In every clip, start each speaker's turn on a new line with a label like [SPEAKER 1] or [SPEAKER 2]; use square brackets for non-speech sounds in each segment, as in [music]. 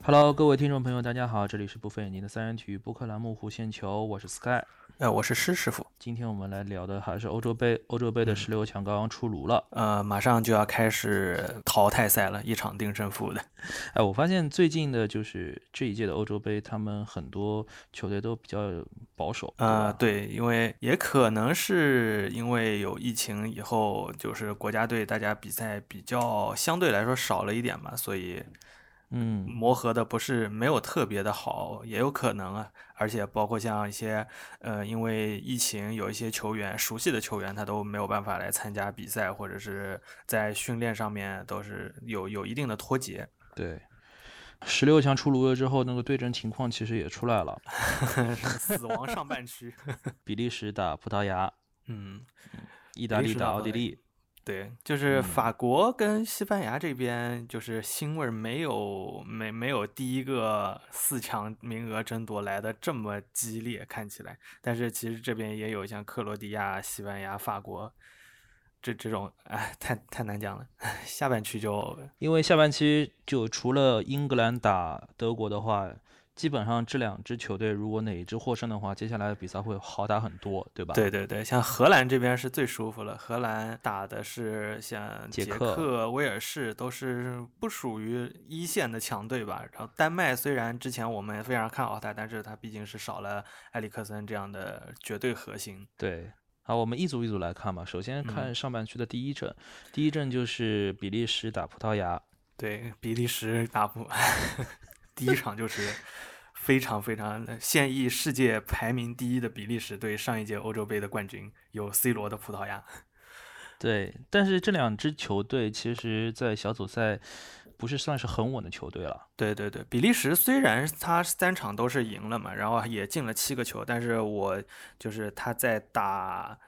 [SPEAKER 1] Hello，各位听众朋友，大家好，这里是不费眼睛的三人体育播客栏目《弧线球》，我是 Sky。
[SPEAKER 2] 呃，我是施师傅，
[SPEAKER 1] 今天我们来聊的还是欧洲杯，欧洲杯
[SPEAKER 2] 嗯
[SPEAKER 1] 的十六强刚刚出炉了。
[SPEAKER 2] 呃，马上就要开始淘汰赛了，一场定胜负的。
[SPEAKER 1] 哎，我发现最近的就是这一届的欧洲杯，他们很多球队都比较保守。对
[SPEAKER 2] 呃，
[SPEAKER 1] 吧
[SPEAKER 2] 对，因为也可能是因为有疫情以后，就是国家队大家比赛比较相对来说少了一点嘛，所以
[SPEAKER 1] 嗯，
[SPEAKER 2] 磨合的不是没有特别的好，也有可能啊。而且包括像一些呃，因为疫情有一些球员熟悉的球员他都没有办法来参加比赛，或者是在训练上面都是有有一定的脱节。 [laughs]
[SPEAKER 1] 对。十六强出炉了之后，那个对阵情况其实也出来了，
[SPEAKER 2] 死亡上半区。
[SPEAKER 1] 比利时打葡萄牙，
[SPEAKER 2] 嗯，
[SPEAKER 1] 意大利
[SPEAKER 2] 利时
[SPEAKER 1] 打
[SPEAKER 2] 打
[SPEAKER 1] 奥地
[SPEAKER 2] 葡萄牙
[SPEAKER 1] 利。
[SPEAKER 2] 对，就是
[SPEAKER 1] 嗯
[SPEAKER 2] 法国跟西班牙这边，就是腥味儿没有没没有第一个四强名额争夺来的这么激烈，看起来。但是其实这边也有像克罗地亚、西班牙、法国这这种，哎，太太难讲了。 [laughs] 下半区就
[SPEAKER 1] 因为下半期就除了英格兰打德国的话，基本上这两支球队如果哪一支获胜的话，接下来的比赛会好打很多，对吧？
[SPEAKER 2] 对对对，像荷兰这边是最舒服了。荷兰打的是像
[SPEAKER 1] 捷
[SPEAKER 2] 捷
[SPEAKER 1] 克
[SPEAKER 2] 克、威尔士，都是不属于一线的强队吧。然后丹麦虽然之前我们非常看好它，但是它毕竟是少了埃里克森这样的绝对核心。
[SPEAKER 1] 对，好，我们一组一组来看吧。首先看
[SPEAKER 2] 嗯
[SPEAKER 1] 上半区的第一阵，第一阵就是比利时打葡萄牙，
[SPEAKER 2] 对，比利时打不， [laughs] 第一场就是非常非常现役世界排名第一的比利时对上一届欧洲杯的冠军，有 C 罗的葡萄牙。
[SPEAKER 1] 对，但是这两支球队其实，在小组赛不是算是很稳的球队了。
[SPEAKER 2] 对对对，比利时虽然他三场都是赢了嘛，然后也进了七个球，但是我就是他在打，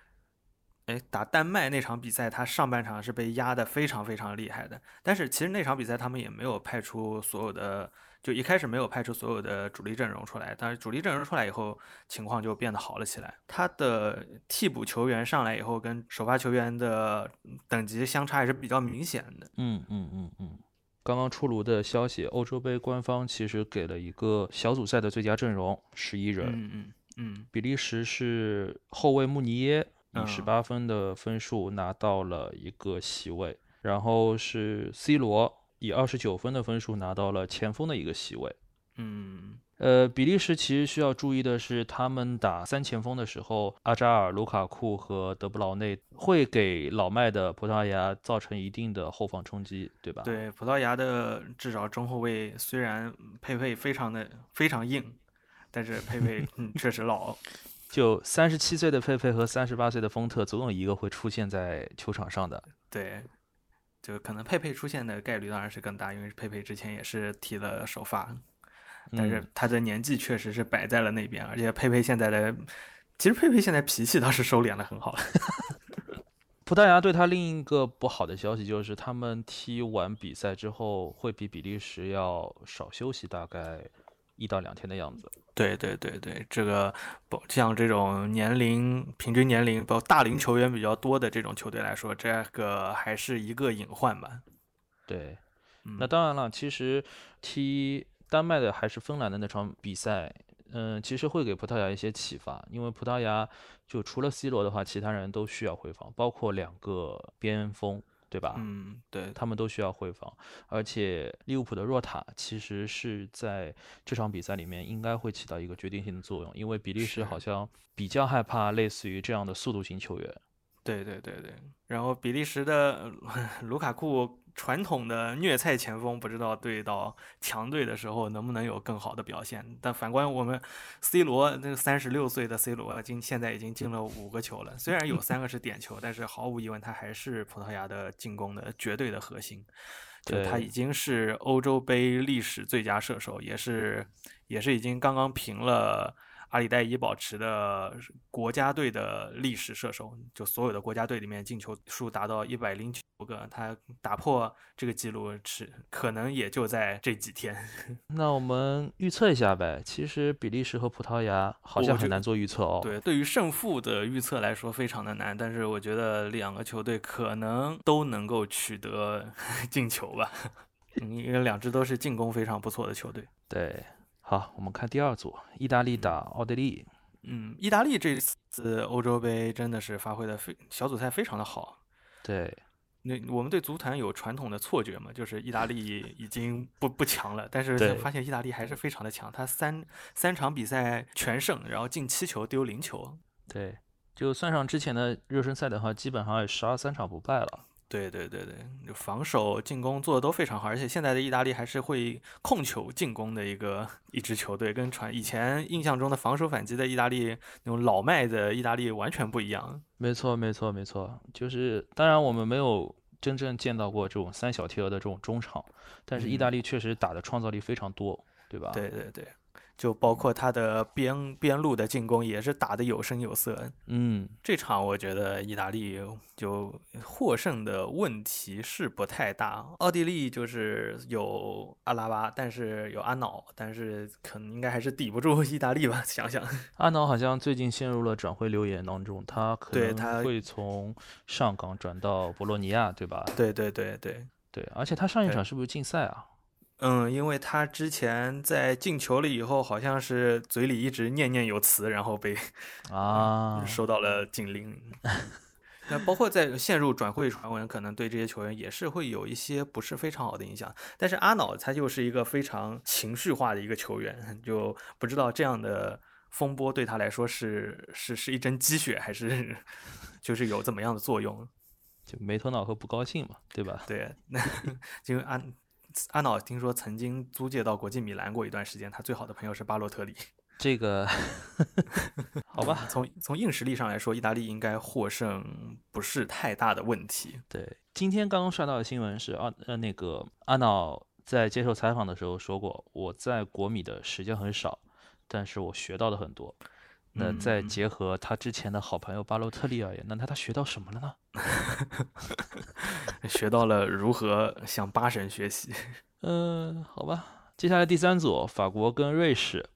[SPEAKER 2] 哎，打丹麦那场比赛，他上半场是被压得非常非常厉害的。但是其实那场比赛他们也没有派出所有的，就一开始没有派出所有的主力阵容出来，但是主力阵容出来以后，情况就变得好了起来。他的替补球员上来以后，跟首发球员的等级相差还是比较明显的。
[SPEAKER 1] 嗯嗯嗯嗯。刚刚出炉的消息，欧洲杯官方其实给了一个小组赛的最佳阵容，十一人。
[SPEAKER 2] 嗯嗯嗯，
[SPEAKER 1] 比利时是后卫穆尼耶以
[SPEAKER 2] 嗯
[SPEAKER 1] 十八分的分数拿到了一个席位，然后是 C 罗以二十九分的分数拿到了前锋的一个席位。
[SPEAKER 2] 嗯
[SPEAKER 1] 呃，比利时其实需要注意的是，他们打三前锋的时候，阿扎尔、卢卡库和德布劳内会给老迈的葡萄牙造成一定的后防冲击，对吧？，
[SPEAKER 2] 对，葡萄牙的至少中后卫虽然嗯佩佩非常的非常硬，但是佩佩嗯确实老。
[SPEAKER 1] 就三十七岁的佩佩和三十八岁的丰特，总有一个会出现在球场上的。
[SPEAKER 2] 对，就可能佩佩出现的概率当然是更大，因为佩佩之前也是踢了首发，但
[SPEAKER 1] 嗯
[SPEAKER 2] 是他的年纪确实是摆在了那边，而且佩佩现在的其实佩佩现在脾气倒是收敛的很好了。 [laughs]
[SPEAKER 1] 葡萄牙对他另一个不好的消息就是，他们踢完比赛之后会比比利时要少休息大概一到两天的样子。
[SPEAKER 2] 对对对对，这个不像这种年龄平均年龄包括大龄球员比较多的这种球队来说，这个还是一个隐患吧。
[SPEAKER 1] 对，
[SPEAKER 2] 嗯
[SPEAKER 1] 那当然了，其实踢丹麦的还是芬兰的那场比赛，嗯，其实会给葡萄牙一些启发，因为葡萄牙就除了 C 罗的话，其他人都需要回防，包括两个边锋，对吧？
[SPEAKER 2] 嗯，对，
[SPEAKER 1] 他们都需要回防，而且利物浦的若塔其实是在这场比赛里面应该会起到一个决定性的作用，因为比利时好像比较害怕类似于这样的速度型球员。
[SPEAKER 2] 对对对对，然后比利时的 [laughs] 呃卢卡库传统的虐菜前锋，不知道对到强队的时候能不能有更好的表现。但反观我们 C 罗，那三十六岁的 C 罗，今现在已经进了五个球了，虽然有三个是点球，但是毫无疑问，他还是葡萄牙的进攻的绝对的核心。就他
[SPEAKER 1] 对
[SPEAKER 2] 已经是欧洲杯历史最佳射手，也是也是已经刚刚平了阿里代伊保持的国家队的历史射手，就所有的国家队里面进球数达到一百零九个，他打破这个记录是可能也就在这几天。
[SPEAKER 1] 那我们预测一下呗，其实比利时和葡萄牙好
[SPEAKER 2] 我
[SPEAKER 1] 像
[SPEAKER 2] 觉
[SPEAKER 1] 很
[SPEAKER 2] 得
[SPEAKER 1] 难做预测哦。
[SPEAKER 2] 对，对于胜负的预测来说非常的难，但是 [laughs] 我觉得两个球队可能都能够取得进球吧。嗯因为两支都是进攻非常不错的球队。
[SPEAKER 1] 对，好，我们看第二组，意大利打奥地利。
[SPEAKER 2] 嗯，意大利这次呃欧洲杯真的是发挥的非小组赛非常的好。
[SPEAKER 1] 对，
[SPEAKER 2] 那我们对足坛有传统的错觉嘛，就是意大利已经不不强了，但是
[SPEAKER 1] 对
[SPEAKER 2] 发现意大利还是非常的强，他三三场比赛全胜，然后进七球丢零球。
[SPEAKER 1] 对，就算上之前的热身赛的话，基本上也十二三场不败了。
[SPEAKER 2] 对对对对，就防守、进攻做的都非常好，而且现在的意大利还是会控球进攻的一个一支球队，跟传以前印象中的防守反击的意大利那种老迈的意大利完全不一样。
[SPEAKER 1] 没错，没错，没错，就是当然我们没有真正见到过这种三小贴额的这种中场，但是意大利确实打的创造力非常多，对吧？，
[SPEAKER 2] 嗯对对对，就包括他的边边路的进攻也是打得有声有色。
[SPEAKER 1] 嗯，
[SPEAKER 2] 这场我觉得意大利就获胜的问题是不太大，奥地利就是有阿拉巴，但是有阿瑙，但是可能应该还是抵不住意大利吧，想 [laughs] 想。
[SPEAKER 1] 阿瑙好像最近陷入了转会流言当中，他可
[SPEAKER 2] 对
[SPEAKER 1] 能
[SPEAKER 2] 他
[SPEAKER 1] 会从上港转到博洛尼亚，对吧？
[SPEAKER 2] 对对对对，
[SPEAKER 1] 对，而且他上一
[SPEAKER 2] 对
[SPEAKER 1] 场是不是禁赛啊？
[SPEAKER 2] 嗯，因为他之前在进球了以后，好像是嘴里一直念念有词，然后被
[SPEAKER 1] 啊，
[SPEAKER 2] 收到了
[SPEAKER 1] [laughs]
[SPEAKER 2] 警铃。那包括在陷入转会传闻，可能对这些球员也是会有一些不是非常好的影响。但是阿瑙他就是一个非常情绪化的一个球员，就不知道这样的风波对他来说是是是一针鸡血，还是就是有怎么样的作用？
[SPEAKER 1] 就没头脑和不高兴嘛，对吧？
[SPEAKER 2] 对， [laughs] 那因为阿阿瑙听说曾经租借到国际米兰过一段时间，他最好的朋友是巴洛特利。
[SPEAKER 1] 这个 [laughs] 好吧，
[SPEAKER 2] 从从硬实力上来说，意大利应该获胜不是太大的问题。
[SPEAKER 1] 对，今天刚刚刷到的新闻是阿呃那个阿瑙在接受采访的时候说过，我在国米的时间很少，但是我学到的很多。那再
[SPEAKER 2] 嗯
[SPEAKER 1] 结合他之前的好朋友巴洛特利而言，那他他学到什么了呢？
[SPEAKER 2] 学到了如何向八神学习。
[SPEAKER 1] 嗯，好吧。接下来第三组，法国跟瑞士。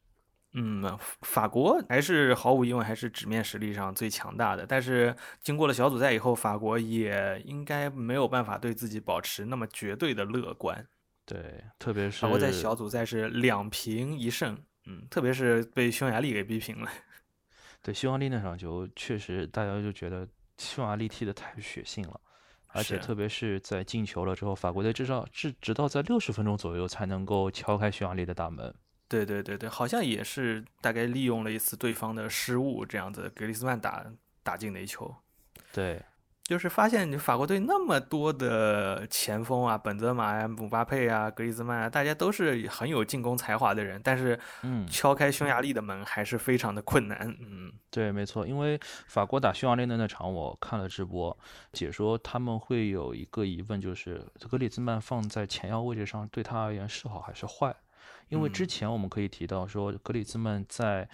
[SPEAKER 2] 嗯，法国还是毫无疑问还是纸面实力上最强大的，但是经过了小组赛以后，法国也应该没有办法对自己保持那么绝对的乐观。
[SPEAKER 1] 对，特别是
[SPEAKER 2] 法国在小组赛是两平一胜，嗯，特别是被匈牙利给逼平了。 [laughs]
[SPEAKER 1] 对匈牙利那场球，确实大家就觉得匈牙利踢得太血性了，而且
[SPEAKER 2] 是
[SPEAKER 1] 特别是在进球了之后，法国队至少至直到在六十分钟左右才能够敲开匈牙利的大门。
[SPEAKER 2] 对对对对，好像也是大概利用了一次对方的失误，这样子格里斯曼打打进的一球。
[SPEAKER 1] 对，
[SPEAKER 2] 就是发现你法国队那么多的前锋啊，本泽马呀、姆巴佩啊、格里兹曼啊，大家都是很有进攻才华的人，但是
[SPEAKER 1] 嗯，
[SPEAKER 2] 敲开匈牙利的门还是非常的困难。嗯，
[SPEAKER 1] 对，没错，因为法国打匈牙利的那场，我看了直播解说，他们会有一个疑问，就是格里兹曼放在前腰位置上，对他而言是好还是坏？因为之
[SPEAKER 2] 嗯
[SPEAKER 1] 前我们可以提到说，格里兹曼在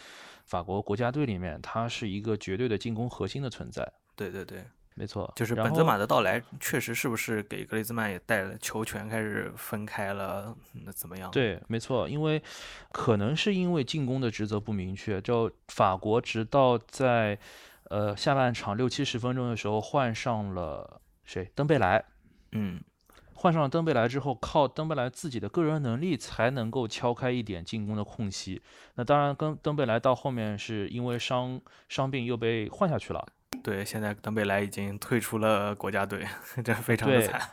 [SPEAKER 1] 法国国家队里面，他是一个绝对的进攻核心的存在。
[SPEAKER 2] 对对对，
[SPEAKER 1] 没错，
[SPEAKER 2] 就是
[SPEAKER 1] 然
[SPEAKER 2] 本泽
[SPEAKER 1] 后
[SPEAKER 2] 马的到来，确实是不是给格里兹曼也带了球权开始分开了？嗯那怎么样？
[SPEAKER 1] 对，没错，因为可能是因为进攻的职责不明确，就法国直到在呃下半场六七十分钟的时候换上了谁，登贝莱。
[SPEAKER 2] 嗯，
[SPEAKER 1] 换上了登贝莱之后，靠登贝莱自己的个人能力才能够敲开一点进攻的空隙。那当然，跟登贝莱到后面是因为伤伤病又被换下去了。
[SPEAKER 2] 对，现在登贝莱已经退出了国家队， [laughs] 这非常的
[SPEAKER 1] 对
[SPEAKER 2] 惨。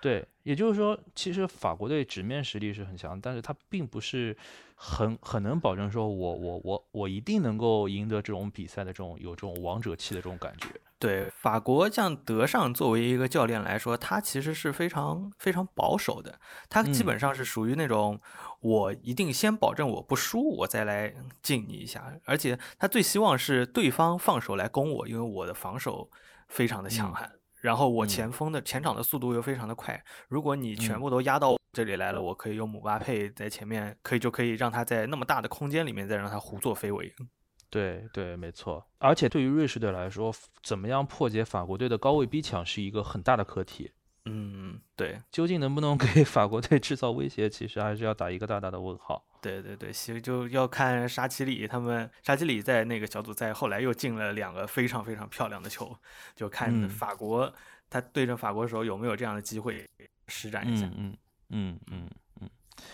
[SPEAKER 1] 对，也就是说，其实法国队纸面实力是很强，但是他并不是很很能保证说我我我我一定能够赢得这种比赛的这种有这种王者气的这种感觉。
[SPEAKER 2] 对法国像德尚作为一个教练来说，他其实是非常非常保守的，他基
[SPEAKER 1] 嗯
[SPEAKER 2] 本上是属于那种、我一定先保证我不输，我再来敬你一下，而且他最希望是对方放手来攻我，因为我的防守非常的强
[SPEAKER 1] 嗯
[SPEAKER 2] 悍，然后我
[SPEAKER 1] 嗯
[SPEAKER 2] 前锋的前场的速度又非常的快，如果你全
[SPEAKER 1] 嗯
[SPEAKER 2] 部都压到我这里来了，我可以用姆巴佩在前面，可以就可以让他在那么大的空间里面再让他胡作非为。
[SPEAKER 1] 嗯对对，没错。而且对于瑞士队来说，怎么样破解法国队的高位逼抢是一个很大的课题。
[SPEAKER 2] 嗯，对。
[SPEAKER 1] 究竟能不能给 [laughs] 法国队制造威胁，其实还是要打一个大大的问号。
[SPEAKER 2] 对对对，其实就要看沙奇里他们，沙奇里在那个小组赛后来又进了两个非常非常漂亮的球，就看
[SPEAKER 1] 嗯
[SPEAKER 2] 法国、他对阵法国的时候有没有这样的机会施展一下。
[SPEAKER 1] 嗯嗯嗯嗯嗯，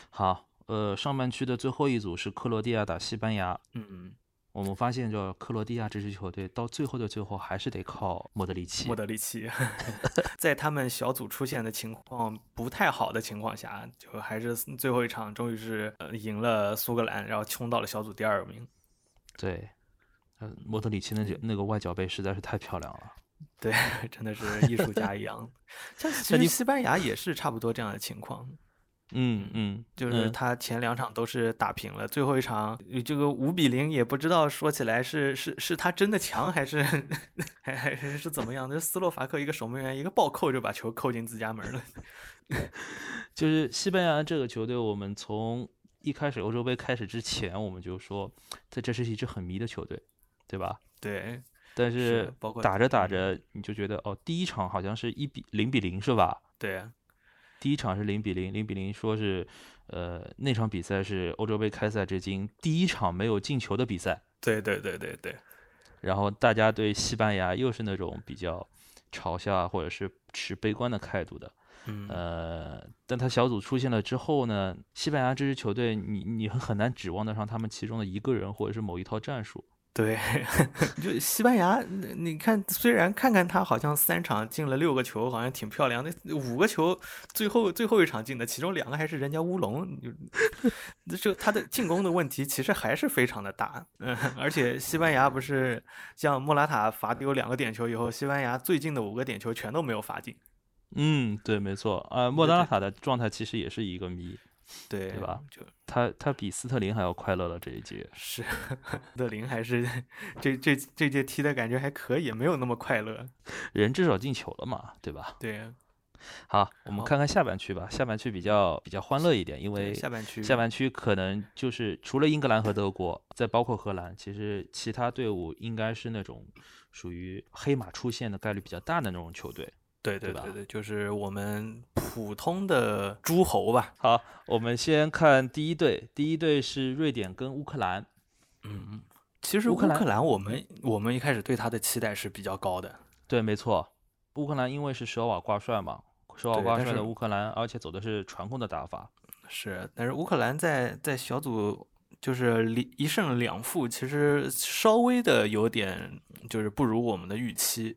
[SPEAKER 1] 好，呃，上半区的最后一组是克罗地亚打西班牙，
[SPEAKER 2] 嗯，
[SPEAKER 1] 我们发现，就克罗地亚这支球队到最后的最后还是得靠莫德里奇
[SPEAKER 2] 莫。德里奇 [laughs] 在他们小组出现的情况不太好的情况下，就还是最后一场终于是呃赢了苏格兰，然后冲到了小组第二名。
[SPEAKER 1] 对，嗯，莫德里奇那脚那个外脚背实在是太漂亮了。
[SPEAKER 2] 对， [laughs] 真的是艺术家一样。 [laughs] 像其
[SPEAKER 1] 你
[SPEAKER 2] 实西班牙也是差不多这样的情况，
[SPEAKER 1] 嗯嗯，
[SPEAKER 2] 就是
[SPEAKER 1] 嗯
[SPEAKER 2] 他前两场都是打平了，最后一场呃这个五比零也不知道说起来是是是他真的强还是 [laughs] 还还是是怎么样？就是斯洛伐克一个守门员一个暴扣就把球扣进自家门了。 [laughs]
[SPEAKER 1] 就是西班牙这个球队，我们从一开始欧洲杯开始之前，我们就说，这这是一支很迷的球队，对吧？
[SPEAKER 2] 对，
[SPEAKER 1] 但
[SPEAKER 2] 是
[SPEAKER 1] 是
[SPEAKER 2] 包括嗯
[SPEAKER 1] 打着打着，你就觉得哦，第一场好像是一比零比零是吧？
[SPEAKER 2] 对，啊
[SPEAKER 1] 第一场是零比零，零比零说是，呃，那场比赛是欧洲杯开赛至今第一场没有进球的比赛。
[SPEAKER 2] 对对对对对，
[SPEAKER 1] 然后大家对西班牙又是那种比较嘲笑啊，或者是持悲观的态度的。
[SPEAKER 2] 嗯，
[SPEAKER 1] 呃，但他小组出现了之后呢，西班牙这支球队你，你很很难指望得上他们其中的一个人或者是某一套战术。
[SPEAKER 2] 对，就西班牙，你你看，虽然看看他好像三场进了六个球，好像挺漂亮的，那五个球最后最后一场进的，其中两个还是人家乌龙，你就这就他的进攻的问题其实还是非常的大，嗯，而且西班牙不是像莫拉塔罚丢两个点球以后，西班牙最近的五个点球全都没有罚进，
[SPEAKER 1] 嗯，对，没错。呃，莫
[SPEAKER 2] 对
[SPEAKER 1] 德拉
[SPEAKER 2] 对
[SPEAKER 1] 塔的状态其实也是一个谜，
[SPEAKER 2] 对
[SPEAKER 1] 对吧？
[SPEAKER 2] 就
[SPEAKER 1] 他他比斯特林还要快乐了这一 [laughs] 届。
[SPEAKER 2] 是德林还是 [laughs] 这这这届踢的感觉还可以，没有那么快乐，
[SPEAKER 1] 人至少进球了嘛，对吧？
[SPEAKER 2] 对。啊
[SPEAKER 1] 好，我们
[SPEAKER 2] 好
[SPEAKER 1] 看看下半区吧。下半区比较比较欢乐一点，因
[SPEAKER 2] 对
[SPEAKER 1] 为
[SPEAKER 2] 下半区
[SPEAKER 1] 下半区可能就是除了英格兰和德国，再包括荷兰，其实其他队伍应该是那种属于黑马出现的概率比较大的那种球队。
[SPEAKER 2] 对
[SPEAKER 1] 对
[SPEAKER 2] 对
[SPEAKER 1] 吧
[SPEAKER 2] 对对，就是我们普通的诸侯吧。
[SPEAKER 1] 好，我们先看第一队，第一队是瑞典跟乌克兰。
[SPEAKER 2] 嗯，其实
[SPEAKER 1] 乌
[SPEAKER 2] 乌
[SPEAKER 1] 克
[SPEAKER 2] 克
[SPEAKER 1] 兰
[SPEAKER 2] 兰，我们我们一开始对他的期待是比较高的。
[SPEAKER 1] 对，没错，乌克兰因为是舍瓦挂帅嘛，舍瓦
[SPEAKER 2] 对
[SPEAKER 1] 挂
[SPEAKER 2] 但
[SPEAKER 1] 帅的
[SPEAKER 2] 是
[SPEAKER 1] 乌克兰，而且走的是传控的打法。
[SPEAKER 2] 是，但是乌克兰在在小组就是里一胜两负，其实稍微的有点就是不如我们的预期。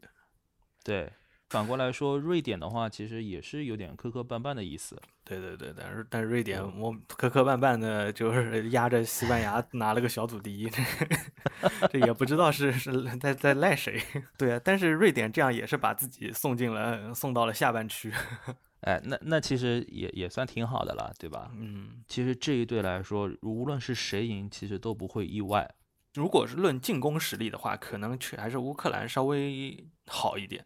[SPEAKER 1] 对，反过来说，瑞典的话其实也是有点磕磕绊绊的意思。
[SPEAKER 2] 对对对，但是但是瑞典
[SPEAKER 1] 嗯
[SPEAKER 2] 我磕磕绊绊的，就是压着西班牙拿了个小组第一， [laughs] 这这也不知道是是在在赖谁。 [laughs] 对啊，但是瑞典这样也是把自己送进了送到了下半区。
[SPEAKER 1] 哎，那那其实也也算挺好的了，对吧？
[SPEAKER 2] 嗯，
[SPEAKER 1] 其实这一队来说，无论是谁赢，其实都不会意外。
[SPEAKER 2] 如果是论进攻实力的话，可能确还是乌克兰稍微好一点。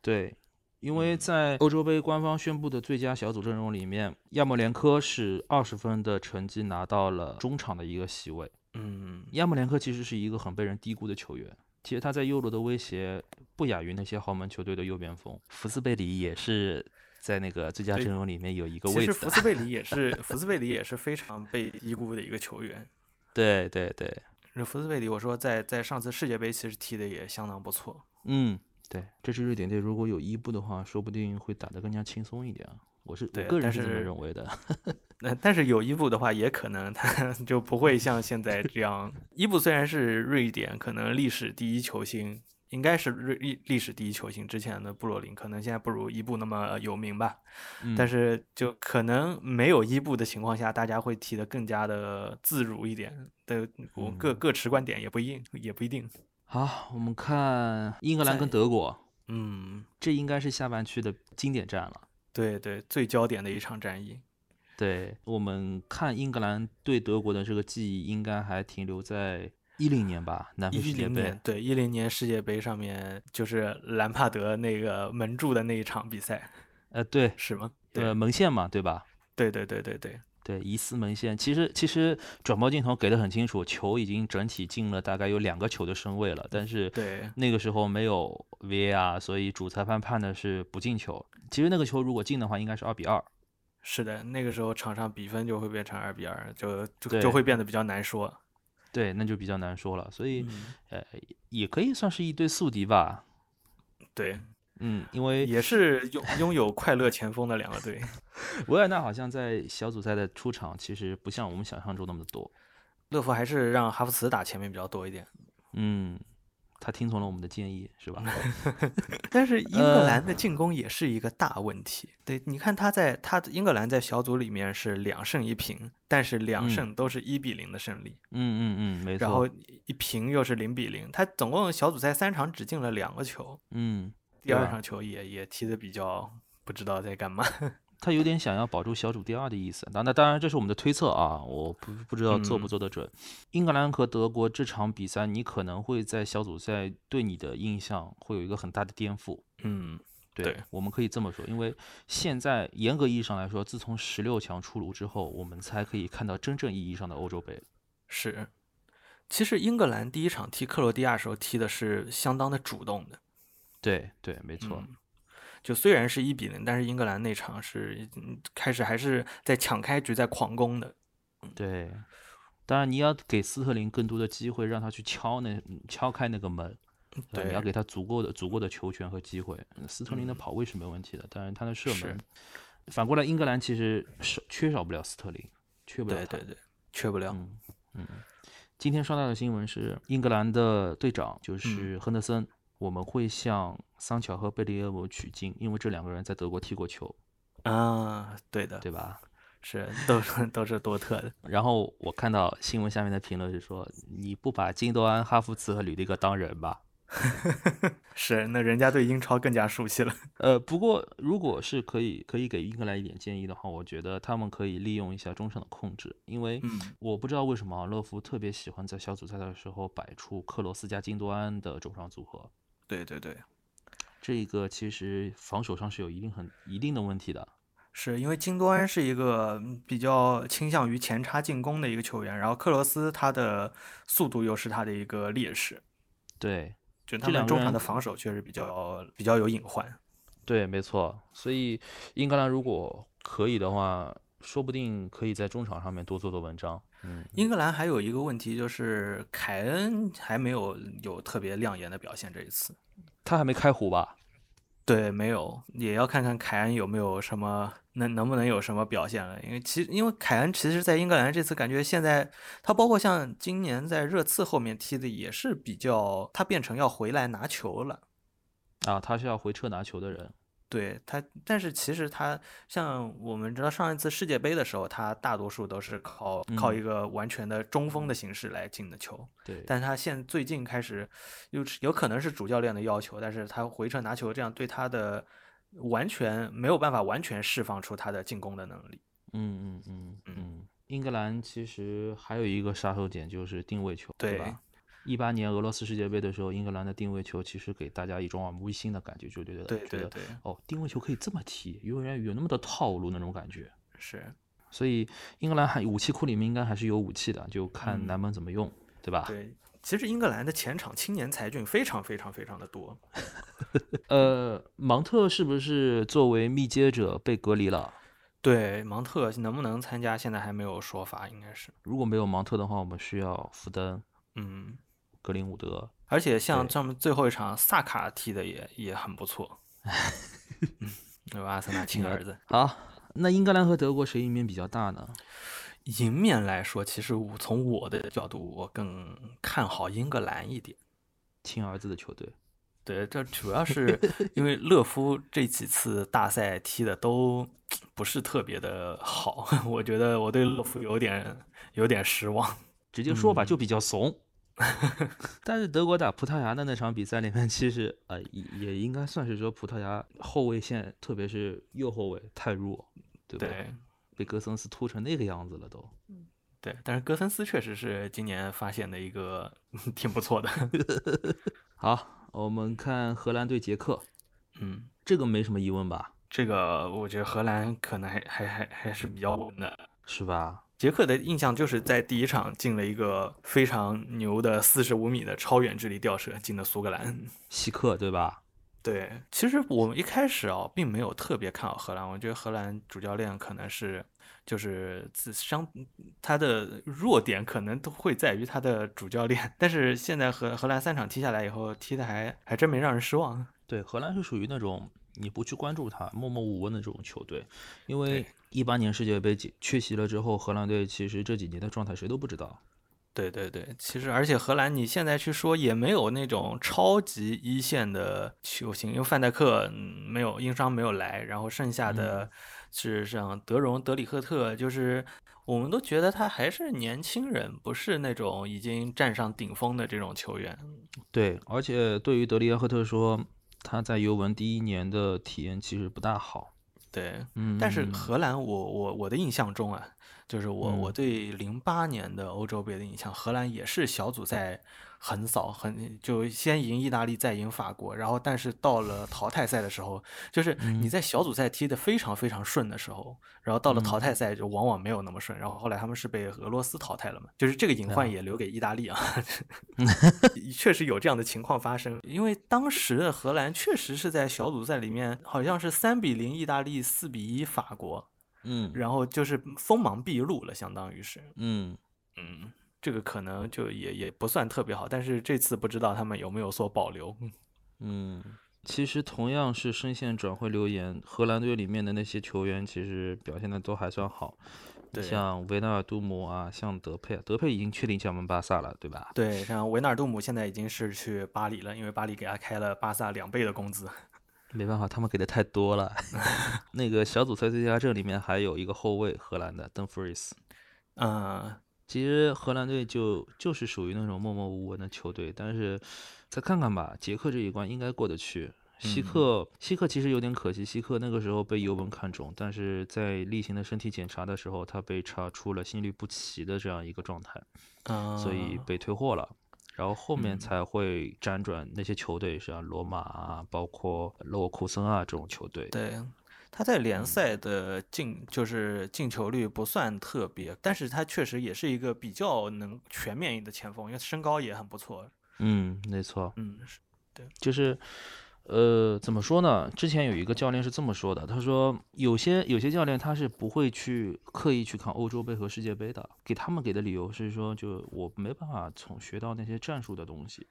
[SPEAKER 1] 对，因为
[SPEAKER 2] 嗯
[SPEAKER 1] 在欧洲杯官方宣布的最佳小组阵容里面，亚莫连科是二十分的成绩拿到了中场的一个席位。
[SPEAKER 2] 嗯，
[SPEAKER 1] 亚莫连科其实是一个很被人低估的球员，其实他在右路的威胁不亚于那些豪门球队的右边锋。福斯贝里也是在那个最佳
[SPEAKER 2] 对
[SPEAKER 1] 阵容里面有一个
[SPEAKER 2] 其
[SPEAKER 1] 位
[SPEAKER 2] 实
[SPEAKER 1] 置
[SPEAKER 2] 福
[SPEAKER 1] 的。
[SPEAKER 2] 斯贝里也是福斯贝里也是非常被低估的一个球员。
[SPEAKER 1] 对对对，
[SPEAKER 2] 这福斯贝里，我说在在上次世界杯其实踢的也相当不错。
[SPEAKER 1] 嗯，对，这支瑞典队如果有伊布的话，说不定会打得更加轻松一点啊。我是我
[SPEAKER 2] 对
[SPEAKER 1] 个人
[SPEAKER 2] 但
[SPEAKER 1] 是这么
[SPEAKER 2] 是
[SPEAKER 1] 认为的。
[SPEAKER 2] [laughs] 那但是有伊布的话，也可能他 [laughs] 就不会像现在这样。伊布虽然是瑞典可能历史第一球星，应该是瑞历历史第一球星，之前的布洛林可能现在不如伊布那么有名吧。
[SPEAKER 1] 嗯
[SPEAKER 2] 但是就可能没有伊布的情况下，大家会踢得更加的自如一点。对，我各
[SPEAKER 1] 嗯
[SPEAKER 2] 各持观点也不一定，也不一定。
[SPEAKER 1] 好，我们看英格兰跟
[SPEAKER 2] 在
[SPEAKER 1] 德国，
[SPEAKER 2] 嗯，
[SPEAKER 1] 这应该是下半区的经典战了。
[SPEAKER 2] 对对，最焦点的一场战役。
[SPEAKER 1] 对我们看英格兰对德国的这个记忆，应该还停留在一零年吧，南啊非世
[SPEAKER 2] 一
[SPEAKER 1] 界
[SPEAKER 2] 零
[SPEAKER 1] 杯
[SPEAKER 2] 年。对一零年世界杯上面，就是兰帕德那个门柱的那一场比赛，
[SPEAKER 1] 呃，对，
[SPEAKER 2] 是吗？
[SPEAKER 1] 呃，门线嘛，对吧？
[SPEAKER 2] 对对对对对
[SPEAKER 1] 对，疑似门线。其实其实转播镜头给的很清楚，球已经整体进了大概有两个球的身位了，但是
[SPEAKER 2] 对
[SPEAKER 1] 那个时候没有 VAR，所以主裁判判的是不进球。其实那个球如果进的话，应该是二比二。
[SPEAKER 2] 是的，那个时候场上比分就会变成二比二，就就
[SPEAKER 1] 对
[SPEAKER 2] 就会变得比较难说。
[SPEAKER 1] 对，那就比较难说了。所以
[SPEAKER 2] 嗯
[SPEAKER 1] 呃，也可以算是一对宿敌吧。
[SPEAKER 2] 对，
[SPEAKER 1] 嗯，因为
[SPEAKER 2] 也是拥拥有快乐前锋的两个队。 [laughs]
[SPEAKER 1] 维尔纳好像在小组赛的出场其实不像我们想象中那么多。
[SPEAKER 2] 乐福还是让哈弗茨打前面比较多一点。
[SPEAKER 1] 嗯，他听从了我们的建议，是
[SPEAKER 2] [laughs]
[SPEAKER 1] 吧？
[SPEAKER 2] 但是英格兰的进攻也是一个大问题。对，你看他在他英格兰在小组里面是两胜一平，但是两胜都是一比零的胜利，
[SPEAKER 1] 嗯嗯嗯，没错。
[SPEAKER 2] 然后一平又是零比零。他总共小组赛三场只进了两个球，
[SPEAKER 1] 嗯，
[SPEAKER 2] 第二
[SPEAKER 1] 对啊
[SPEAKER 2] 场球也也踢得比较不知道在干嘛。
[SPEAKER 1] 他有点想要保住小组第二的意思。那那当然，这是我们的推测啊，我不不知道做不
[SPEAKER 2] 嗯
[SPEAKER 1] 做得准。英格兰和德国这场比赛，你可能会在小组赛对你的印象会有一个很大的颠覆。
[SPEAKER 2] 嗯，
[SPEAKER 1] 对，
[SPEAKER 2] 对
[SPEAKER 1] 我们可以这么说，因为现在严格意义上来说，自从十六强出炉之后，我们才可以看到真正意义上的欧洲杯。
[SPEAKER 2] [laughs] 是。其实英格兰第一场踢克罗地亚时候踢的是相当的主动的。
[SPEAKER 1] 对对，没错。
[SPEAKER 2] 嗯就虽然是一比零，但是英格兰那场是嗯开始还是在抢开局，在狂攻的。
[SPEAKER 1] 对，当然你要给斯特林更多的机会，让他去敲那敲开那个门。吧你
[SPEAKER 2] 嗯对
[SPEAKER 1] 要给他足够的足够的球权和机会。嗯斯特林的跑位是没问题的，但是他的射
[SPEAKER 2] 是
[SPEAKER 1] 门，反过来英格兰其实是缺少不了斯特林，缺不了
[SPEAKER 2] 对
[SPEAKER 1] 他
[SPEAKER 2] 对。对，缺不了。
[SPEAKER 1] 嗯嗯。今天刷到的新闻是，英格兰的队长
[SPEAKER 2] 嗯
[SPEAKER 1] 就是亨德森，我们会向桑乔和贝利耶姆取经，因为这两个人在德国踢过球，
[SPEAKER 2] 啊，对的，
[SPEAKER 1] 对吧？
[SPEAKER 2] 是都是都是多特的。
[SPEAKER 1] 然后我看到新闻下面的评论是说，你不把金多安、哈弗茨和吕迪格当人吧？
[SPEAKER 2] 是，那人家对英超更加熟悉了。 [laughs]
[SPEAKER 1] 呃，不过如果是可以可以给英格兰一点建议的话，我觉得他们可以利用一下中场的控制，因为
[SPEAKER 2] 嗯
[SPEAKER 1] 我不知道为什么啊勒夫特别喜欢在小组赛的时候摆出克罗斯加金多安的中场组合，
[SPEAKER 2] 对对对，
[SPEAKER 1] 这个其实防守上是有一定很一定的问题的。
[SPEAKER 2] 是因为金多安是一个嗯比较倾向于前插进攻的一个球员，然后克罗斯他的速度又是他的一个劣势，
[SPEAKER 1] 对
[SPEAKER 2] 就
[SPEAKER 1] 这
[SPEAKER 2] 他
[SPEAKER 1] 两
[SPEAKER 2] 们
[SPEAKER 1] 个
[SPEAKER 2] 中场
[SPEAKER 1] 人
[SPEAKER 2] 的防守确实比较比较有隐患。
[SPEAKER 1] 对，没错。所以英格兰如果可以的话，说不定可以在中场上面多做做文章。嗯，
[SPEAKER 2] 英格兰还有一个问题就是凯恩还没有有特别亮眼的表现，这一次
[SPEAKER 1] 他还没开胡吧？
[SPEAKER 2] 对没有，也要看看凯恩有没有什么能能不能有什么表现了。因为其因为凯恩其实，在英格兰这次感觉现在他包括像今年在热刺后面踢的也是比较，他变成要回来拿球了。
[SPEAKER 1] 啊，他是要回撤拿球的人。
[SPEAKER 2] 对他，但是其实他像我们知道上一次世界杯的时候，他大多数都是靠靠一个完全的中锋的形式来进的球。
[SPEAKER 1] 对，
[SPEAKER 2] 但他现最近开始，又是有可能是主教练的要求，但是他回撤拿球这样对他的完全没有办法完全释放出他的进攻的能力。
[SPEAKER 1] 嗯嗯嗯
[SPEAKER 2] 嗯
[SPEAKER 1] 嗯，英格兰其实还有一个杀手锏就是定位球，
[SPEAKER 2] 对
[SPEAKER 1] 吧？一八年俄罗斯世界杯的时候，英格兰的定位球其实给大家一种耳目一新的感觉，就觉得
[SPEAKER 2] 对
[SPEAKER 1] 觉
[SPEAKER 2] 对
[SPEAKER 1] 得
[SPEAKER 2] 对，
[SPEAKER 1] 哦，定位球可以这么踢，有点有那么多套路那种感觉。
[SPEAKER 2] 是，
[SPEAKER 1] 所以英格兰还武器库里面应该还是有武器的，就看
[SPEAKER 2] 嗯
[SPEAKER 1] 南门怎么用，对吧？
[SPEAKER 2] 对。其实英格兰的前场青年才俊非常非常非常的多，
[SPEAKER 1] 呃，芒特是不是作为密接者被隔离了？
[SPEAKER 2] 对芒特能不能参加现在还没有说法，应该是，
[SPEAKER 1] 如果没有芒特的话，我们需要福登、
[SPEAKER 2] 嗯。
[SPEAKER 1] 格林伍德。
[SPEAKER 2] 而且像
[SPEAKER 1] 对
[SPEAKER 2] 他们最后一场萨卡踢的也也很不错，嗯，对吧？阿森纳亲儿子，
[SPEAKER 1] 好，那英格兰和德国谁赢面比较大呢？
[SPEAKER 2] 赢面来说，其实我从我的角度，我更看好英格兰一点。
[SPEAKER 1] 亲儿子的球队。
[SPEAKER 2] 对，这主要是因为勒夫这几次大赛踢的都不是特别的好， [laughs] 我觉得我对勒夫有点有点失望。
[SPEAKER 1] 直接
[SPEAKER 2] 嗯
[SPEAKER 1] 说吧，就比较怂。 [laughs] 但是德国打葡萄牙的那场比赛里面，其实呃也也应该算是说葡萄牙后卫线，特别是右后卫太弱，对不
[SPEAKER 2] 对
[SPEAKER 1] 被戈森斯突成那个样子了都。
[SPEAKER 2] 对，但是戈森斯确实是今年发现的一个 [laughs] 挺不错的，
[SPEAKER 1] 好，我们看荷兰对捷克，
[SPEAKER 2] 嗯。
[SPEAKER 1] 这个没什么疑问吧？
[SPEAKER 2] 这个我觉得荷兰可能还还还还是比较稳的。
[SPEAKER 1] 是吧？
[SPEAKER 2] 杰克的印象就是在第一场进了一个非常牛的四十五米的超远距离吊射，进了苏格兰。
[SPEAKER 1] 希克对吧？
[SPEAKER 2] 对，其实我们一开始啊，并没有特别看好荷兰，我觉得荷兰主教练可能是就是自相他的弱点可能都会在于 [laughs] 他的主教练，但是现在荷荷兰三场踢下来以后，踢的还还真没让人失望。
[SPEAKER 1] 对，荷兰是属于那种你不去关注他，默默无闻的这种球队，因
[SPEAKER 2] 对
[SPEAKER 1] 为一八年世界杯解缺席了之后，荷兰队其实这几年的状态谁都不知道。
[SPEAKER 2] 对对对，其实而且荷兰，你现在去说也没有那种超级一线的球星，因为范戴克嗯没有因伤没有来，然后剩下的是像德容、德里赫特，就是我们都觉得他还是年轻人，不是那种已经站上顶峰的这种球员。
[SPEAKER 1] 对，而且对于德里亚赫特说，他在尤文第一年的体验其实不大好。
[SPEAKER 2] 对，
[SPEAKER 1] 嗯，
[SPEAKER 2] 但是荷兰我，我我的印象中啊，就是我、我
[SPEAKER 1] 嗯
[SPEAKER 2] 对零八年的欧洲杯的印象，荷兰也是小组赛横扫，很就先赢意大利，再赢法国，然后但是到了淘汰赛的时候，就是你在小组赛踢得非常非常顺的时候，然后到了淘汰赛就往往没有那么顺，然后后来他们是被俄罗斯淘汰了嘛，就是这个隐患也留给意大利啊，确实有这样的情况发生，因为当时的荷兰确实是在小组赛里面好像是三比零意大利，四比一法国，
[SPEAKER 1] 嗯
[SPEAKER 2] 然后就是锋芒毕露了，相当于是，
[SPEAKER 1] 嗯，
[SPEAKER 2] 嗯，这个可能就也也不算特别好，但是这次不知道他们有没有所保留，嗯
[SPEAKER 1] 嗯，其实同样是深陷转会流言，荷兰队里面的那些球员其实表现的都还算好，
[SPEAKER 2] 对
[SPEAKER 1] 像维纳尔杜姆啊，像德佩，德佩已经确定加盟巴萨了，对吧？
[SPEAKER 2] [laughs] 对，像维纳尔杜姆现在已经是去巴黎了，因为巴黎给他开了巴萨两倍的工资。
[SPEAKER 1] 没办法，他们给的太多了。 [laughs] 那个小组赛最佳阵里面还有一个后卫，荷兰的邓弗里斯。
[SPEAKER 2] 嗯，
[SPEAKER 1] 其实荷兰队就就是属于那种默默无闻的球队，但是再看看吧，捷克这一关应该过得去。希
[SPEAKER 2] 嗯
[SPEAKER 1] 克，希克其实有点可惜，希克那个时候被尤文看中，但是在例行的身体检查的时候，他被查出了心律不齐的这样一个状态，所以
[SPEAKER 2] 嗯
[SPEAKER 1] 被退货了。然后后面
[SPEAKER 2] 嗯
[SPEAKER 1] 才会辗转那些球队，像罗马啊，包括勒沃库森啊这种球队。
[SPEAKER 2] 对，他在联赛的进就是进球率不算特别，但是他确实也是一个比较能全面一的前锋，因为身高也很不错。
[SPEAKER 1] 嗯，没错。
[SPEAKER 2] 嗯，是
[SPEAKER 1] 就是，呃，怎么说呢？之前有一个教练是这么说的，他说有些有些教练他是不会去刻意去看欧洲杯和世界杯的，给他们给的理由是说，就我没办法从学到那些战术的东西，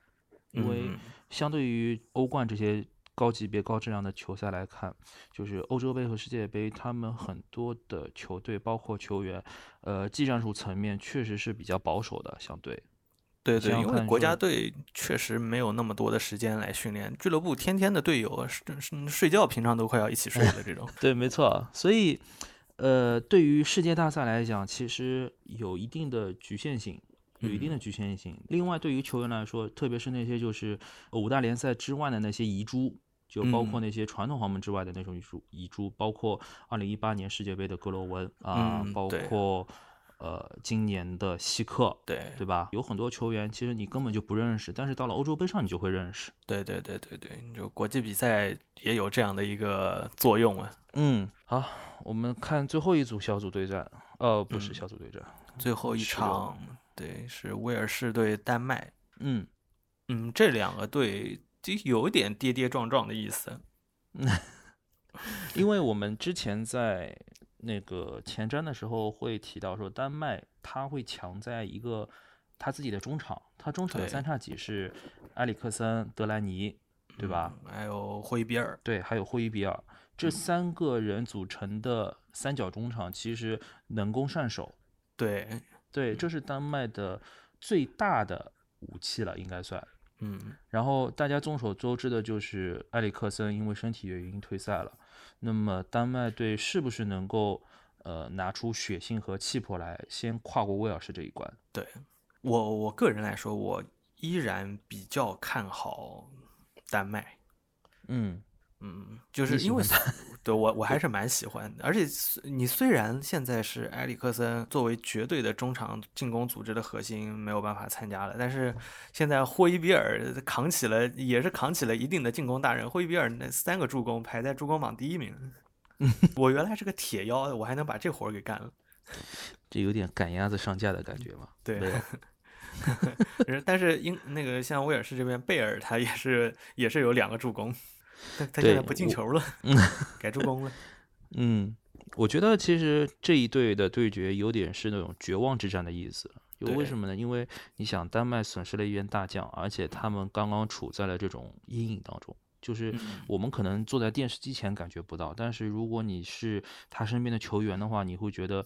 [SPEAKER 1] 因为
[SPEAKER 2] 嗯
[SPEAKER 1] 相对于欧冠这些高级别、高质量的球赛来看，就是欧洲杯和世界杯，他们很多的球队包括球员，呃，技战术层面确实是比较保守的，相对。
[SPEAKER 2] 对对，
[SPEAKER 1] 想
[SPEAKER 2] 因为
[SPEAKER 1] 看
[SPEAKER 2] 国家
[SPEAKER 1] 说
[SPEAKER 2] 队确实没有那么多的时间来训练，俱乐部天天的队友啊是是睡觉平常都快要一起睡了这种。
[SPEAKER 1] 对，没错。啊所以，呃，对于世界大赛来讲，其实有一定的局限性，有一定
[SPEAKER 2] 嗯
[SPEAKER 1] 的局限性。另外，对于球员来说，特别是那些就是呃五大联赛之外的那些遗珠，就包括
[SPEAKER 2] 嗯
[SPEAKER 1] 那些传统豪门之外的那种遗珠，遗珠包括二零一八年世界杯的格罗温啊、
[SPEAKER 2] 嗯
[SPEAKER 1] 包
[SPEAKER 2] 对
[SPEAKER 1] 括呃今年的希克。
[SPEAKER 2] 对
[SPEAKER 1] 对吧？有很多球员，其实你根本就不认识，但是到了欧洲杯上你就会认识。
[SPEAKER 2] 对对对对对，就国际比赛也有这样的一个作用啊。
[SPEAKER 1] 嗯，好，我们看最后一组小组对战，呃，不是
[SPEAKER 2] 嗯
[SPEAKER 1] 小组对战，
[SPEAKER 2] 最后一
[SPEAKER 1] 是的
[SPEAKER 2] 场，对，是威尔士对丹麦。
[SPEAKER 1] 嗯，
[SPEAKER 2] 嗯，这两个队就有点跌跌撞撞的意思。
[SPEAKER 1] 因为我们之前在那个前瞻的时候会提到说，丹麦他会强在一个他自己的中场，他中场的
[SPEAKER 2] 对
[SPEAKER 1] 三叉戟是埃里克森、德莱尼，对吧？
[SPEAKER 2] 嗯？还有霍伊比尔，
[SPEAKER 1] 对，还有霍伊比尔这三个人组成的三角中场，其实能攻善守，
[SPEAKER 2] 对，
[SPEAKER 1] 对，
[SPEAKER 2] 嗯
[SPEAKER 1] 这是丹麦的最大的武器了，应该算。
[SPEAKER 2] 嗯，
[SPEAKER 1] 然后大家众所周知的就是埃里克森因为身体原因退赛了。那么丹麦队是不是能够呃拿出血性和气魄来，先跨过威尔士这一关？
[SPEAKER 2] 我我个人来说，我依然比较看好丹麦。
[SPEAKER 1] 嗯，
[SPEAKER 2] 嗯，就
[SPEAKER 1] 你
[SPEAKER 2] 是
[SPEAKER 1] 喜
[SPEAKER 2] 因为
[SPEAKER 1] 欢
[SPEAKER 2] 虽对我我还是蛮喜欢的，而且虽你虽然现在是埃里克森作为绝对的中场进攻组织的核心没有办法参加了，但是现在霍伊比尔呃扛起了也是扛起了一定的进攻大任，霍伊比尔那三个助攻排在助攻榜第
[SPEAKER 1] [laughs]
[SPEAKER 2] 一名。我原来是个铁腰，我还能把这活儿给干了。
[SPEAKER 1] 这有点赶鸭子上架的感觉嘛。
[SPEAKER 2] 对
[SPEAKER 1] 没有
[SPEAKER 2] 呃但是英那个像威尔士这边贝尔他也是也是有两个助攻，但他现在
[SPEAKER 1] 对
[SPEAKER 2] 不进
[SPEAKER 1] 我
[SPEAKER 2] 球
[SPEAKER 1] [laughs]
[SPEAKER 2] 了，改助攻了。
[SPEAKER 1] 嗯，我觉得其实这一队的对决有点是那种绝望之战的意思。就为
[SPEAKER 2] 对
[SPEAKER 1] 什么呢？因为你想，丹麦损失了一员大将，而且他们刚刚处在了这种阴影当中，就是我们可能坐在电视机前感觉不到，但是如果你是他身边的球员的话，你会觉得，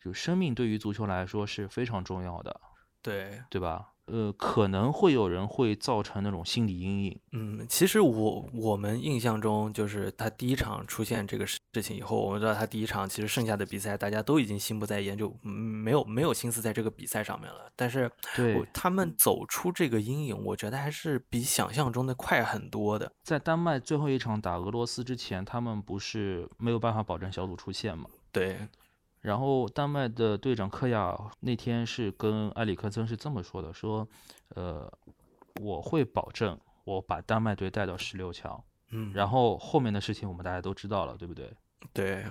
[SPEAKER 1] 就生命对于足球来说是非常重要的，
[SPEAKER 2] 对，
[SPEAKER 1] 对吧？呃，可能会有人会造成那种心理阴影。
[SPEAKER 2] 嗯，其实我我们印象中，就是他第一场出现这个事事情以后，我们知道他第一场其实剩下的比赛大家都已经心不在焉，就嗯没有没有心思在这个比赛上面了。但是
[SPEAKER 1] 对
[SPEAKER 2] 我他们走出这个阴影，我觉得还是比想象中的快很多的。
[SPEAKER 1] 在丹麦最后一场打俄罗斯之前，他们不是没有办法保证小组出线嘛？
[SPEAKER 2] 对，
[SPEAKER 1] 然后丹麦的队长科亚那天是跟埃里克森是这么说的，说，呃，我会保证我把丹麦队带到十六强，
[SPEAKER 2] 嗯，
[SPEAKER 1] 然后后面的事情我们大家都知道了，对不对？
[SPEAKER 2] 对，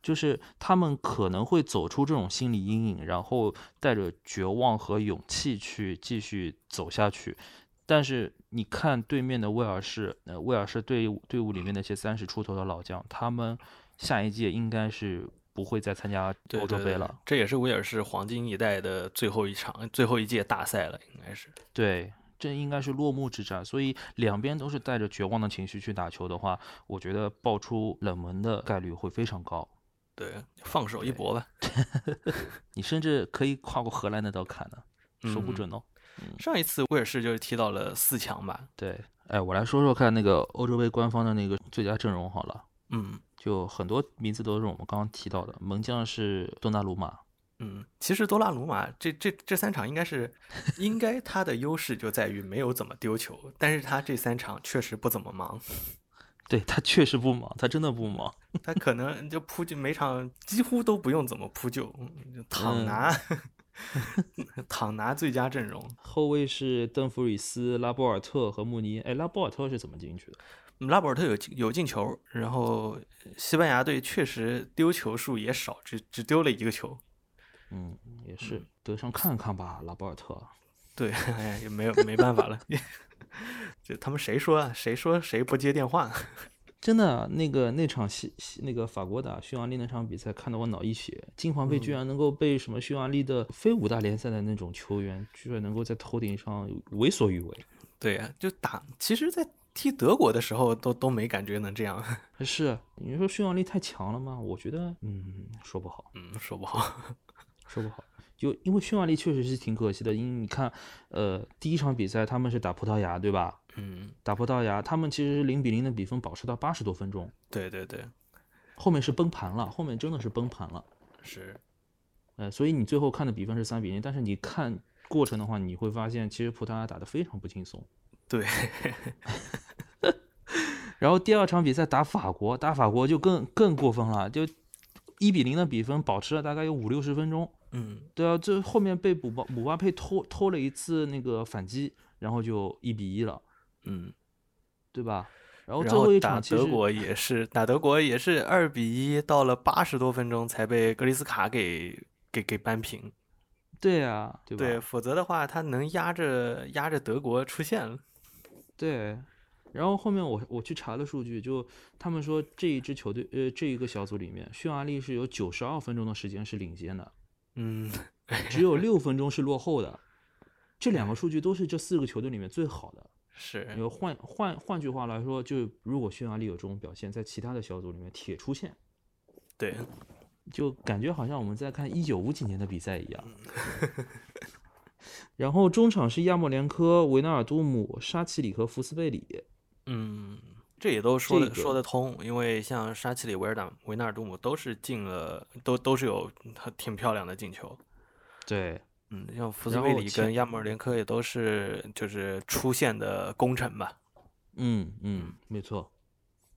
[SPEAKER 1] 就是他们可能会走出这种心理阴影，然后带着绝望和勇气去继续走下去。但是你看对面的威尔士，呃，威尔士队伍队伍里面那些三十出头的老将，他们下一届应该是不会再参加
[SPEAKER 2] 对
[SPEAKER 1] 欧洲
[SPEAKER 2] 对
[SPEAKER 1] 杯
[SPEAKER 2] 对
[SPEAKER 1] 了。
[SPEAKER 2] 这也是威尔士黄金一代的最后一场、最后一届大赛了，应该是。
[SPEAKER 1] 对，这应该是落幕之战，所以两边都是带着绝望的情绪去打球的话，我觉得爆出冷门的概率会非常高。
[SPEAKER 2] 对，放手一搏吧。
[SPEAKER 1] 你甚至可以跨过荷兰那道坎呢，说不
[SPEAKER 2] 嗯
[SPEAKER 1] 准哦。
[SPEAKER 2] 上一次威尔士就是踢到了四强吧？
[SPEAKER 1] 对，哎，我来说说看那个欧洲杯官方的那个最佳阵容好了，
[SPEAKER 2] 嗯
[SPEAKER 1] 就很多名字都是我们刚刚提到的，门将是多纳鲁马，
[SPEAKER 2] 嗯，其实多纳鲁马这这这三场应该是，应该他的优势就在于没有怎么丢球，但是他这三场确实不怎么忙， [laughs]
[SPEAKER 1] 对他确实不忙，他真的不忙。
[SPEAKER 2] 他可能就扑救每场几乎都不用怎么扑救，就躺拿、 [laughs] 躺拿最佳阵容。
[SPEAKER 1] 后卫是邓弗里斯、拉波尔特和穆尼，哎，拉波尔特是怎么进去的？
[SPEAKER 2] 拉波尔特有进有进球，然后西班牙队确实丢球数也少，只只丢了一个球。
[SPEAKER 1] 嗯，也是得上看看吧，拉波尔特。
[SPEAKER 2] 对， [laughs] 哎，也没有没办法了。 [laughs] 这他们谁说啊？谁说谁不接电话？啊
[SPEAKER 1] 真的，那个那场西西那个法国打匈牙利那场比赛，看得我脑溢血。金环卫居然能够被什么匈牙利的非五大联赛的那种球员，居然能够在头顶上为所欲为。
[SPEAKER 2] 对呀、就打。其实，在踢德国的时候都都没感觉能这样。 [laughs]
[SPEAKER 1] 是你说匈牙利太强了吗？我觉得，嗯，说不好，
[SPEAKER 2] 嗯，说不好。
[SPEAKER 1] 说不好。就因为匈牙利确实是挺可惜的，因为你看，呃，第一场比赛他们是打葡萄牙，对吧？
[SPEAKER 2] 嗯，
[SPEAKER 1] 打葡萄牙，他们其实是零比零的比分保持到八十多分钟，
[SPEAKER 2] [laughs] 对对对，
[SPEAKER 1] 后面是崩盘了，后面真的是崩盘了。
[SPEAKER 2] 是。
[SPEAKER 1] 呃，所以你最后看的比分是三比零，但是你看过程的话，你会发现其实葡萄牙打得非常不轻松。
[SPEAKER 2] 对，
[SPEAKER 1] 然后第二场比赛打法国，打法国就更更过分了，就一比零的比分保持了大概有五六十分钟。
[SPEAKER 2] 嗯，
[SPEAKER 1] 对啊，这后面被姆巴姆巴佩偷偷了一次那个反击，然后就一比一了，
[SPEAKER 2] 嗯，
[SPEAKER 1] 对吧？然后
[SPEAKER 2] 然
[SPEAKER 1] 最后一
[SPEAKER 2] 打
[SPEAKER 1] 场其
[SPEAKER 2] 德
[SPEAKER 1] 实
[SPEAKER 2] 国也是，打德国也是二比一，到了八十多分钟才被格里斯卡给给给扳平。
[SPEAKER 1] 对啊，对吧？
[SPEAKER 2] 对，否则的话，他能压着压着德国出线了。
[SPEAKER 1] 对，然后后面我我去查了数据，就他们说这一支球队，呃，这一个小组里面，匈牙利是有九十二分钟的时间是领先的，
[SPEAKER 2] 嗯，
[SPEAKER 1] 只有六分钟是落后的。这两个数据都是这四个球队里面最好的。
[SPEAKER 2] 是。
[SPEAKER 1] 然后换换换句话来说，就如果匈牙利有这种表现，在其他的小组里面铁出线，
[SPEAKER 2] 对，
[SPEAKER 1] 就感觉好像我们在看一九五几年的比赛一样。 [laughs] 然后中场是亚莫连科、维纳尔杜姆、沙奇里和福斯贝里。
[SPEAKER 2] 嗯，这也都说
[SPEAKER 1] 这
[SPEAKER 2] 得说
[SPEAKER 1] 个
[SPEAKER 2] 得通，因为像沙奇里、维尔达、维纳尔杜姆都是进了，都都是有很挺漂亮的进球。
[SPEAKER 1] 对，
[SPEAKER 2] 嗯，像福斯
[SPEAKER 1] 然
[SPEAKER 2] 贝
[SPEAKER 1] 后
[SPEAKER 2] 里
[SPEAKER 1] 前
[SPEAKER 2] 跟亚莫尔连科也都是就是出线的功臣吧。
[SPEAKER 1] 嗯嗯，没错。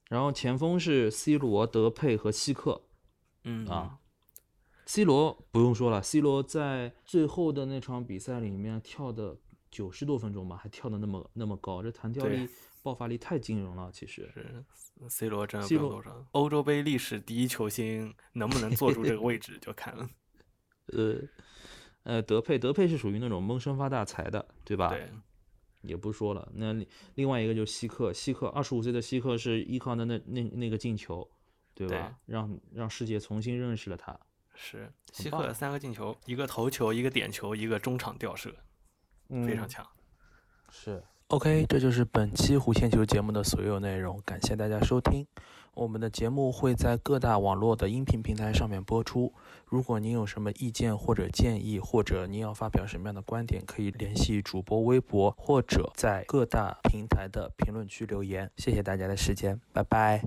[SPEAKER 1] 然后前锋是 C 罗、德佩和希克
[SPEAKER 2] 嗯
[SPEAKER 1] 啊。C 罗不用说了，C 罗在最后的那场比赛里面跳的九十多分钟吧，还跳的那么那么高，这弹跳
[SPEAKER 2] 对
[SPEAKER 1] 力、爆发力太惊人了。其实
[SPEAKER 2] 嗯是 C 罗真的不
[SPEAKER 1] C
[SPEAKER 2] 用
[SPEAKER 1] 罗
[SPEAKER 2] 多说，欧洲杯历史第一球星能不能坐住这个位置
[SPEAKER 1] [laughs]
[SPEAKER 2] 就看了。
[SPEAKER 1] 呃呃，德佩德佩是属于那种闷声发大财的，对吧？
[SPEAKER 2] 对，
[SPEAKER 1] 也不说了。那另另外一个就是希克，希克二十五岁的希克是依靠的那那那个进球，对
[SPEAKER 2] 对
[SPEAKER 1] 吧？让让世界重新认识了他。
[SPEAKER 2] 是
[SPEAKER 1] 很
[SPEAKER 2] 希
[SPEAKER 1] 棒
[SPEAKER 2] 克三个进球，一个头球，一个点球，一个中场吊射，非常
[SPEAKER 1] 嗯
[SPEAKER 2] 强。
[SPEAKER 1] 是
[SPEAKER 3] OK，这就是本期弧线球节目的所有内容，感谢大家收听。我们的节目会在各大网络的音频平台上面播出。如果您有什么意见或者建议，或者您要发表什么样的观点，可以联系主播微博或者在各大平台的评论区留言。谢谢大家的时间，拜拜。